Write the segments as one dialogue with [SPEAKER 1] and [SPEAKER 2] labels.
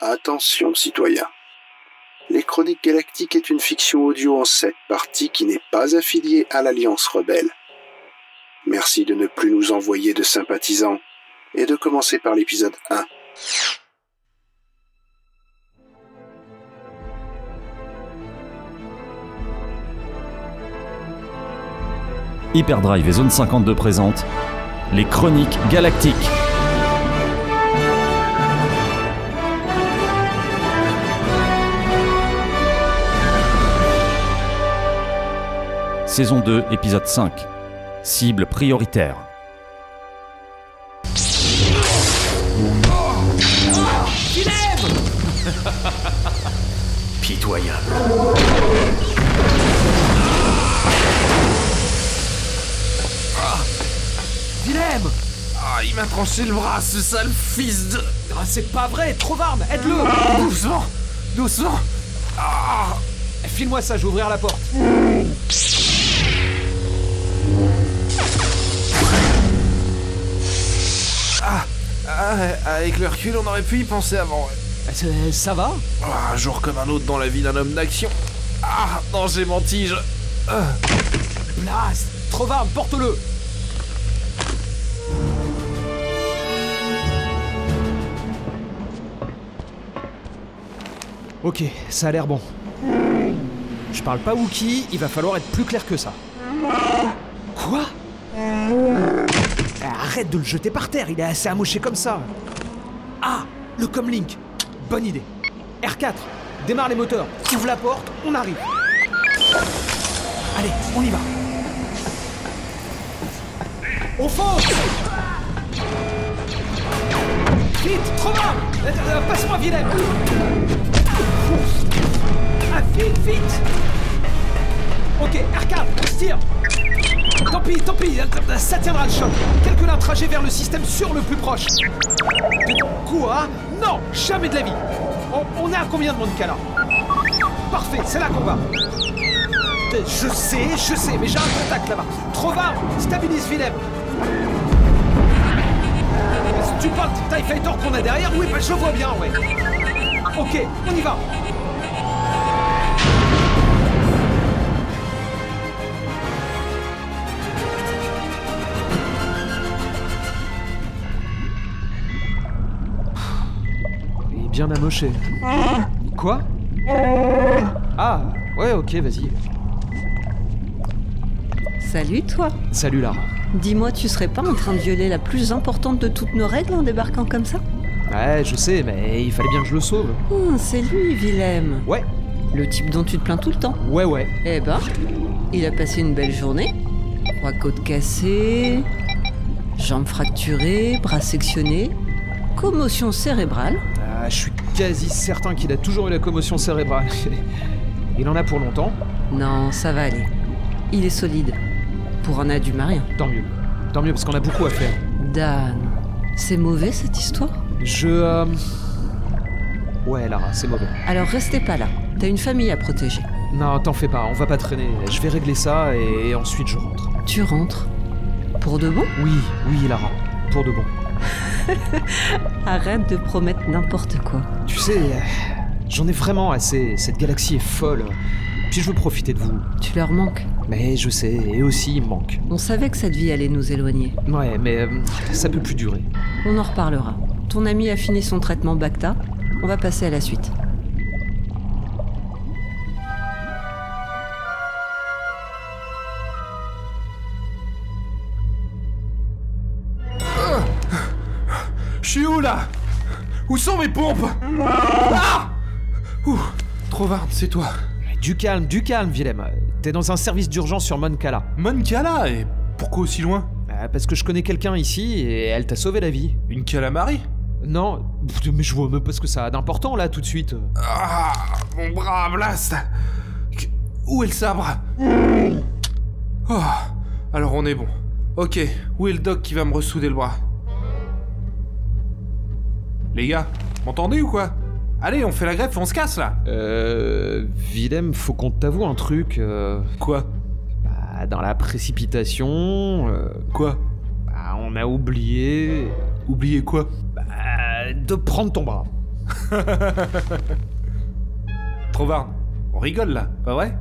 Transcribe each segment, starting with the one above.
[SPEAKER 1] Attention citoyens. Les Chroniques Galactiques est une fiction audio en sept parties qui n'est pas affiliée à l'Alliance Rebelle. Merci de ne plus nous envoyer de sympathisants et de commencer par l'épisode 1.
[SPEAKER 2] Hyperdrive et Zone 52 présentent les Chroniques Galactiques. Saison 2, épisode 5. Cible prioritaire.
[SPEAKER 3] Pitoyable.
[SPEAKER 4] Willem
[SPEAKER 3] Ah, il m'a tranché le bras, ce sale fils de... Ah.
[SPEAKER 4] Ah, C'est pas vrai Trovarne, aide-le
[SPEAKER 3] Doucement Doucement Ah.
[SPEAKER 4] Eh, File-moi ça, je vais ouvrir la porte.
[SPEAKER 3] Ah, avec le recul, on aurait pu y penser avant.
[SPEAKER 4] Ah, c'est- Ça va
[SPEAKER 3] Ah, un jour comme un autre dans la vie d'un homme d'action. Ah, non, j'ai menti, je...
[SPEAKER 4] Blast Trovarne, porte-le Ok, ça a l'air bon. Je parle pas Wookie, il va falloir être plus clair que ça. Quoi Ah, Arrête de le jeter par terre, il est assez amoché comme ça. Ah Le comlink Bonne idée. R4, démarre les moteurs, ouvre la porte, on arrive. Allez, on y va. On fonce Vite, trop bas Euh, euh, Passe-moi, Willem Ah, vite, vite Ok, R4, on se tire Tant pis, tant pis, euh, ça tiendra le choc. Calcule un trajet vers le système sur le plus proche. De quoi Non, jamais de la vie On, on est à combien de monde là Parfait, c'est là qu'on va. Euh, Je sais, je sais, mais j'ai un contact là-bas. Trovar, stabilise Willem. Tu parles du TIE Fighter qu'on a derrière Oui, bah, je vois bien, ouais. Ok, on y va. Il est bien amoché. Quoi Ah, ouais, ok, vas-y.
[SPEAKER 5] Salut toi
[SPEAKER 4] Salut Lara.
[SPEAKER 5] Dis-moi, tu serais pas en train de violer la plus importante de toutes nos règles en débarquant comme ça
[SPEAKER 4] Ouais, je sais, mais il fallait bien que je le sauve.
[SPEAKER 5] Hum, C'est lui, Willem
[SPEAKER 4] Ouais,
[SPEAKER 5] Le type dont tu te plains tout le temps
[SPEAKER 4] ouais, ouais.
[SPEAKER 5] Eh ben, il a passé une belle journée. Trois côtes cassées, jambes fracturées, bras sectionnés, commotion cérébrale.
[SPEAKER 4] Ah, je suis quasi certain qu'il a toujours eu la commotion cérébrale. il en a pour longtemps,
[SPEAKER 5] Non, ça va aller. Il est solide. Pour un adulte rien.
[SPEAKER 4] tant mieux. Tant mieux, parce qu'on a beaucoup à faire.
[SPEAKER 5] Dan, c'est mauvais cette histoire
[SPEAKER 4] Je... euh, Ouais, Lara, c'est mauvais.
[SPEAKER 5] Alors restez pas là. T'as une famille à protéger.
[SPEAKER 4] Non, t'en fais pas, on va pas traîner. Je vais régler ça et ensuite je rentre.
[SPEAKER 5] Tu rentres. Pour de bon
[SPEAKER 4] Oui, oui, Lara, pour de bon.
[SPEAKER 5] Arrête de promettre n'importe quoi.
[SPEAKER 4] Tu sais, euh, j'en ai vraiment assez. Cette galaxie est folle. Puis je veux profiter de vous.
[SPEAKER 5] Tu leur manques.
[SPEAKER 4] Mais je sais, et aussi il me manque.
[SPEAKER 5] On savait que cette vie allait nous éloigner.
[SPEAKER 4] Ouais, mais euh, ça peut plus durer.
[SPEAKER 5] On en reparlera. Ton ami a fini son traitement Bacta. On va passer à la suite.
[SPEAKER 3] Je suis où, là Où sont mes pompes Ah Ouh Trovarne, c'est toi.
[SPEAKER 4] Du calme, du calme, Willem. T'es dans un service d'urgence sur Moncala.
[SPEAKER 3] Mon Cala, et pourquoi aussi loin
[SPEAKER 4] Euh, parce que je connais quelqu'un ici et elle t'a sauvé la vie.
[SPEAKER 3] Une calamari
[SPEAKER 4] Non, pff, mais je vois même pas ce que ça a d'important là tout de suite.
[SPEAKER 3] Ah Mon bras, Blast Qu- Où est le sabre Oh Alors on est bon. Ok, où est le doc qui va me ressouder le bras Les gars, m'entendez ou quoi Allez, on fait la greffe, on se casse là
[SPEAKER 4] Euh. Willem, faut qu'on t'avoue un truc. euh,
[SPEAKER 3] Quoi
[SPEAKER 4] bah, dans la précipitation, euh,
[SPEAKER 3] Quoi
[SPEAKER 4] bah, on a oublié.
[SPEAKER 3] Oubliez quoi
[SPEAKER 4] bah, de prendre ton bras.
[SPEAKER 3] Trovarne, on rigole là, pas vrai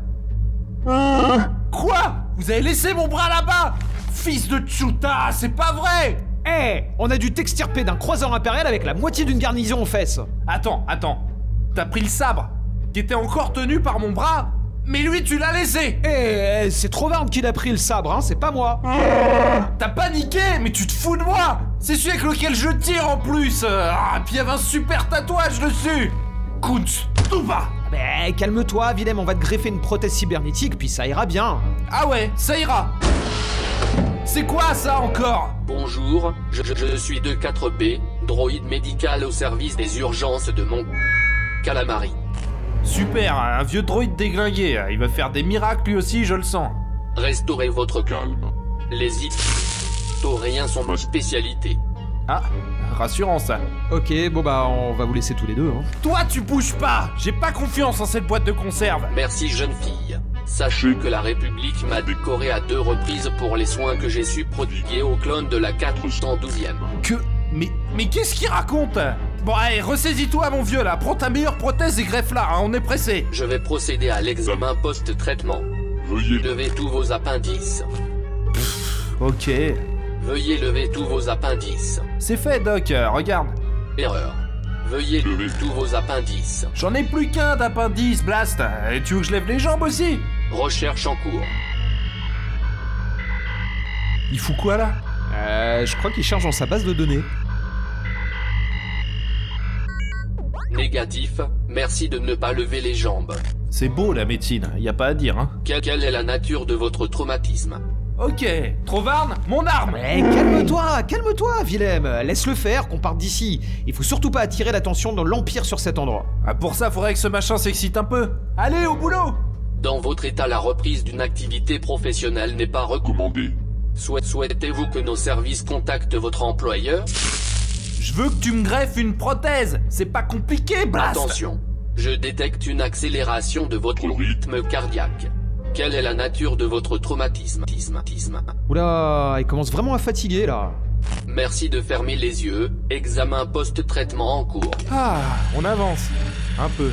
[SPEAKER 3] Quoi Vous avez laissé mon bras là-bas Fils de Tsuta, c'est pas vrai
[SPEAKER 4] Eh On a dû t'extirper d'un croiseur impérial avec la moitié d'une garnison aux fesses
[SPEAKER 3] Attends, attends. T'as pris le sabre, qui était encore tenu par mon bras, mais lui tu l'as laissé
[SPEAKER 4] Eh C'est Trovarne qui l'a pris le sabre, hein, c'est pas moi
[SPEAKER 3] T'as paniqué, mais tu te fous de moi C'est celui avec lequel je tire en plus Euh, Ah, puis il y avait un super tatouage dessus Kunstuba
[SPEAKER 4] Mais ben, calme-toi, Willem, on va te greffer une prothèse cybernétique, puis ça ira bien
[SPEAKER 3] Ah ouais, ça ira C'est quoi ça encore
[SPEAKER 6] Bonjour, je, je- je suis de 4B, droïde médical au service des urgences de mon calamari.
[SPEAKER 3] Super, un vieux droïde déglingué, il va faire des miracles lui aussi, je le sens.
[SPEAKER 6] Restaurez votre calme. Les historiens sont ma spécialité.
[SPEAKER 3] Ah, rassurant ça.
[SPEAKER 4] Ok, bon bah on va vous laisser tous les deux. Hein.
[SPEAKER 3] Toi tu bouges pas J'ai pas confiance en cette boîte de conserve
[SPEAKER 6] Merci jeune fille. Sachez que la République m'a décoré à deux reprises pour les soins que j'ai su prodiguer aux clones de la 412e.
[SPEAKER 3] Que. Mais. Mais qu'est-ce qu'il raconte Bon, allez, ressaisis-toi, mon vieux, là. Prends ta meilleure prothèse et greffe-la, hein, on est pressé.
[SPEAKER 6] Je vais procéder à l'examen post-traitement.
[SPEAKER 7] Veuillez
[SPEAKER 6] Levez tous vos appendices.
[SPEAKER 3] Ok.
[SPEAKER 6] Veuillez lever tous vos appendices.
[SPEAKER 3] C'est fait, Doc, euh, regarde.
[SPEAKER 6] Erreur. Veuillez lever tous vos appendices.
[SPEAKER 3] J'en ai plus qu'un d'appendice, Blast. Et tu veux que je lève les jambes aussi
[SPEAKER 6] Recherche en cours.
[SPEAKER 3] Il fout quoi, là
[SPEAKER 4] Euh, je crois qu'il charge dans sa base de données.
[SPEAKER 6] Négatif, merci de ne pas lever les jambes.
[SPEAKER 3] C'est beau, la médecine, y a pas à dire, hein.
[SPEAKER 6] Que- Quelle est la nature de votre traumatisme
[SPEAKER 3] Ok. Trovarne, mon arme
[SPEAKER 4] Eh, calme-toi, calme-toi, Willem. Laisse-le faire, qu'on parte d'ici. Il faut surtout pas attirer l'attention de l'Empire sur cet endroit.
[SPEAKER 3] Ah, pour ça, faudrait que ce machin s'excite un peu. Allez, au boulot
[SPEAKER 6] Dans votre état, la reprise d'une activité professionnelle n'est pas recommandée.
[SPEAKER 7] commander.
[SPEAKER 6] Souhait- Souhaitez-vous que nos services contactent votre employeur
[SPEAKER 3] Je veux que tu me greffes une prothèse C'est pas compliqué, Blast
[SPEAKER 6] Attention, je détecte une accélération de votre
[SPEAKER 7] Oui.
[SPEAKER 6] rythme cardiaque. Quelle est la nature de votre traumatisme Tisme, tisme.
[SPEAKER 4] Oula, il commence vraiment à fatiguer là.
[SPEAKER 6] Merci de fermer les yeux. Examen post-traitement en cours.
[SPEAKER 3] Ah, on avance. Un peu.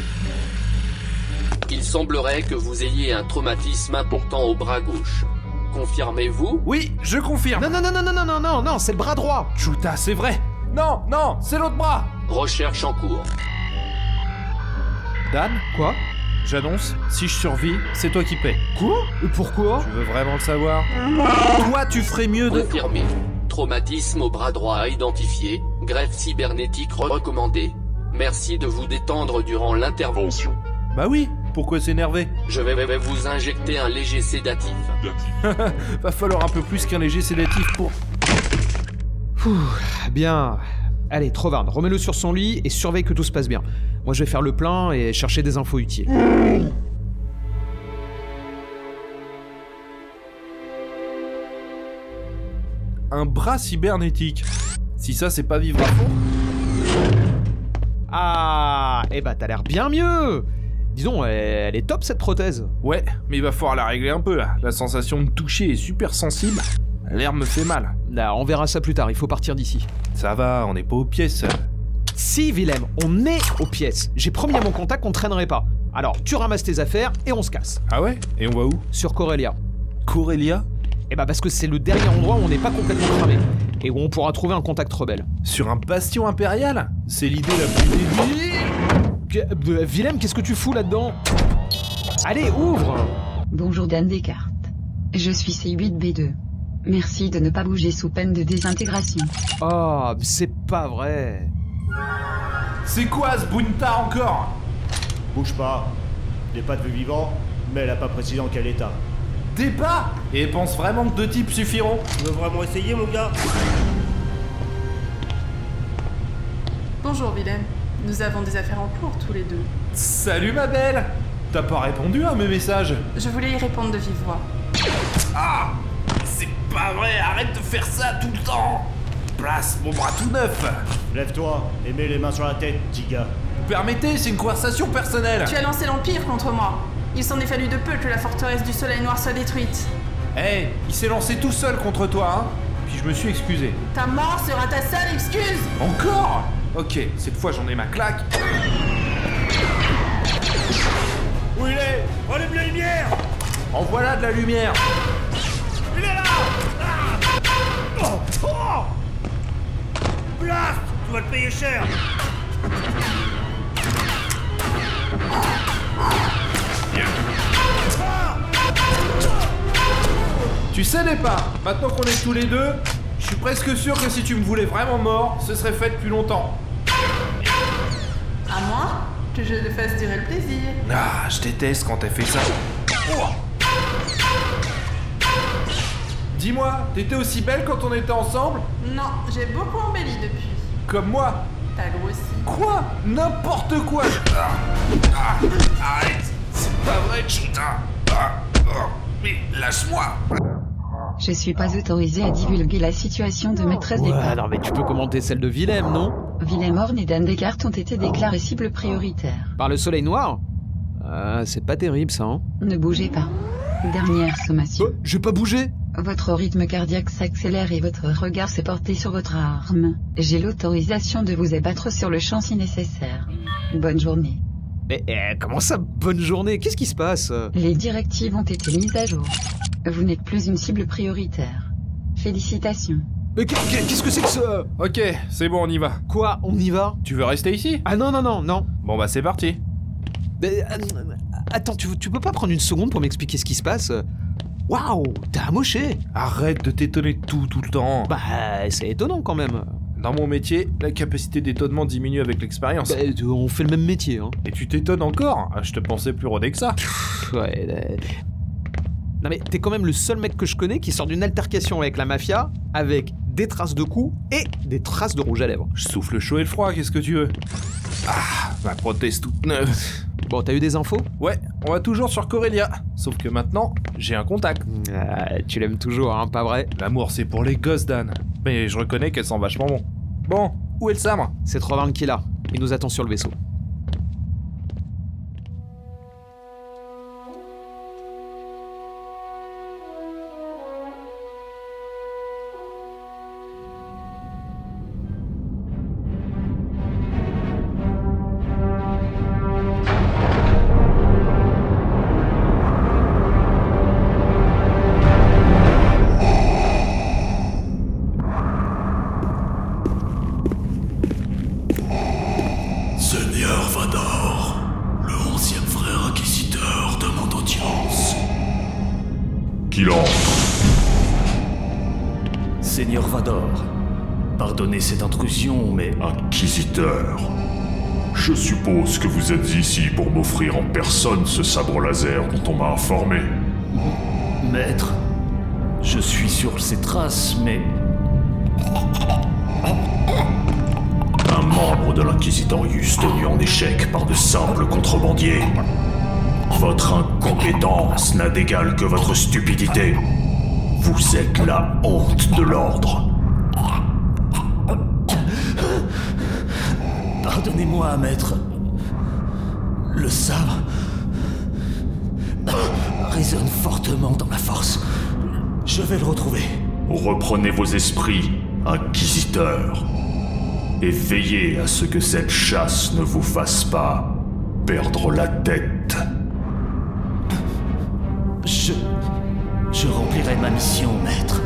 [SPEAKER 6] Il semblerait que vous ayez un traumatisme important au bras gauche. Confirmez-vous
[SPEAKER 3] Oui, je confirme.
[SPEAKER 4] Non, non, non, non, non, non, non, non, non, c'est le bras droit.
[SPEAKER 3] Chuta, c'est vrai. Non, non, c'est l'autre bras.
[SPEAKER 6] Recherche en cours.
[SPEAKER 3] Dan,
[SPEAKER 4] Quoi
[SPEAKER 3] j'annonce, si je survis, c'est toi qui paie.
[SPEAKER 4] Quoi Pourquoi
[SPEAKER 3] Tu veux vraiment le savoir Toi, tu ferais mieux de...
[SPEAKER 6] Confirmé. Traumatisme au bras droit à identifier. Greffe cybernétique re- recommandée. Merci de vous détendre durant l'intervention.
[SPEAKER 3] Bah oui, pourquoi s'énerver
[SPEAKER 6] Je vais vais vous injecter un léger sédatif.
[SPEAKER 3] Va falloir un peu plus qu'un léger sédatif pour...
[SPEAKER 4] Ah, Bien. Allez, Trovarne, remets-le sur son lit et surveille que tout se passe bien. Moi, je vais faire le plein et chercher des infos utiles.
[SPEAKER 3] Un bras cybernétique. Si ça, c'est pas vivre à fond...
[SPEAKER 4] Ah, eh bah, t'as l'air bien mieux. Disons, elle- elle est top cette prothèse.
[SPEAKER 3] Ouais, mais il va falloir la régler un peu, là. La sensation de toucher est super sensible. L'air me fait mal.
[SPEAKER 4] Là, Bah, on verra ça plus tard, il faut partir d'ici.
[SPEAKER 3] Ça va, on n'est pas aux pièces.
[SPEAKER 4] Si, Willem, on est aux pièces. J'ai promis à mon contact qu'on traînerait pas. Alors, tu ramasses tes affaires et on se casse.
[SPEAKER 3] Ah ouais Et on va où
[SPEAKER 4] Sur Corellia.
[SPEAKER 3] Corelia
[SPEAKER 4] Eh bah, parce que c'est le dernier endroit où on n'est pas complètement cramé. Et où on pourra trouver un contact rebelle.
[SPEAKER 3] Sur un bastion impérial C'est l'idée la plus débile...
[SPEAKER 4] Que- euh, Willem, qu'est-ce que tu fous là-dedans Allez, ouvre
[SPEAKER 8] Bonjour Dan Descartes. Je suis C8B2. Merci de ne pas bouger sous peine de désintégration.
[SPEAKER 4] Oh, c'est pas vrai.
[SPEAKER 3] C'est quoi ce Bunta encore
[SPEAKER 9] Bouge pas. Des pas de vivant, mais elle a pas précisé en quel état.
[SPEAKER 3] Débat Et pense vraiment que deux types suffiront
[SPEAKER 9] Tu veux vraiment essayer, mon gars
[SPEAKER 10] Bonjour Willem, nous avons des affaires en cours tous les deux.
[SPEAKER 3] Salut ma belle T'as pas répondu à mes messages Ah!
[SPEAKER 10] Je voulais y répondre de vive voix.
[SPEAKER 3] C'est pas vrai, arrête de faire ça tout le temps Place mon bras tout neuf
[SPEAKER 9] Lève-toi et mets les mains sur la tête, petit gars.
[SPEAKER 3] Permettez, c'est une conversation personnelle
[SPEAKER 10] Tu as lancé l'Empire contre moi. Il s'en est fallu de peu que la forteresse du Soleil Noir soit détruite.
[SPEAKER 3] Eh, il s'est lancé tout seul contre toi, hein Puis je me suis excusé.
[SPEAKER 10] Ta mort sera ta seule excuse
[SPEAKER 3] Encore Ok, cette fois j'en ai ma claque.
[SPEAKER 11] Où il est Allume la lumière
[SPEAKER 3] En voilà de la lumière
[SPEAKER 11] Il est là Ah Oh Oh Blast Tu vas le payer cher
[SPEAKER 3] Tu sais les pas Maintenant qu'on est tous les deux, je suis presque sûr que si tu me voulais vraiment mort, ce serait fait depuis longtemps.
[SPEAKER 12] À moins que je le fasse durer le plaisir.
[SPEAKER 3] Ah, je déteste quand elle fait ça. Oh Dis-moi, t'étais aussi belle quand on était ensemble
[SPEAKER 12] Non, j'ai beaucoup embelli depuis.
[SPEAKER 3] Comme moi
[SPEAKER 12] T'as grossi.
[SPEAKER 3] Quoi N'importe quoi Ah, ah, Arrête C'est pas vrai, putain Ah, ah, Mais lâche-moi
[SPEAKER 8] Je suis pas autorisé à divulguer la situation de maîtresse
[SPEAKER 4] Ouais,
[SPEAKER 8] d'école.
[SPEAKER 4] non mais tu peux commenter celle de Willem, non
[SPEAKER 8] Willem Horn et Dan Descartes ont été déclarés cibles prioritaires.
[SPEAKER 4] Par le soleil noir Ah, c'est pas terrible ça, hein
[SPEAKER 8] Ne bougez pas. Dernière sommation.
[SPEAKER 4] j'ai Euh, pas bougé
[SPEAKER 8] Votre rythme cardiaque s'accélère et votre regard s'est porté sur votre arme. J'ai l'autorisation de vous abattre sur le champ si nécessaire. Bonne journée.
[SPEAKER 4] Mais euh, comment ça, bonne journée Qu'est-ce qui se passe
[SPEAKER 8] Les directives ont été mises à jour. Vous n'êtes plus une cible prioritaire. Félicitations.
[SPEAKER 4] Mais qu'est- qu'est- qu'est-ce que c'est que ça
[SPEAKER 3] Ok, c'est bon, on y va.
[SPEAKER 4] Quoi, on y va
[SPEAKER 3] Tu veux rester ici
[SPEAKER 4] Ah non, non, non, non
[SPEAKER 3] Bon bah c'est parti.
[SPEAKER 4] Mais, euh, Attends, tu, tu peux pas prendre une seconde pour m'expliquer ce qui se passe Waouh, t'as amoché
[SPEAKER 3] Arrête de t'étonner de tout, tout le temps.
[SPEAKER 4] Bah, c'est étonnant quand même.
[SPEAKER 3] Dans mon métier, la capacité d'étonnement diminue avec l'expérience.
[SPEAKER 4] Bah, euh, on fait le même métier, hein.
[SPEAKER 3] Et tu t'étonnes encore Ah, Je te pensais plus rodé que ça.
[SPEAKER 4] Pff, ouais, euh, Non mais t'es quand même le seul mec que je connais qui sort d'une altercation avec la mafia, avec des traces de coups et des traces de rouge à lèvres.
[SPEAKER 3] Je souffle le chaud et le froid, qu'est-ce que tu veux Ah, ma prothèse toute neuve.
[SPEAKER 4] Bon, t'as eu des infos
[SPEAKER 3] Ouais, on va toujours sur Corelia. Sauf que maintenant, j'ai un contact.
[SPEAKER 4] Ah, Tu l'aimes toujours, hein, pas vrai
[SPEAKER 3] L'amour, c'est pour les gosses, Dan. Mais je reconnais qu'elles sont vachement bon. Bon, où est le sabre
[SPEAKER 4] C'est Trovarne qui est là. Il nous attend sur le vaisseau.
[SPEAKER 13] Seigneur Vador, le onzième frère inquisiteur demande audience. Qu'il entre. Seigneur Vador, pardonnez cette intrusion, mais... Inquisiteur, je suppose que vous êtes ici pour m'offrir en personne ce sabre laser dont on m'a informé. Maître, je suis sur ses traces, mais... Un membre de l'Inquisitorius tenu en échec par de simples contrebandiers. Votre incompétence n'a d'égal que votre stupidité. Vous êtes la honte de l'ordre. Pardonnez-moi, maître. Le sabre résonne fortement dans ma force. Je vais le retrouver. Reprenez vos esprits, inquisiteurs et veillez à ce que cette chasse ne vous fasse pas perdre la tête. Je. Je remplirai ma mission, maître.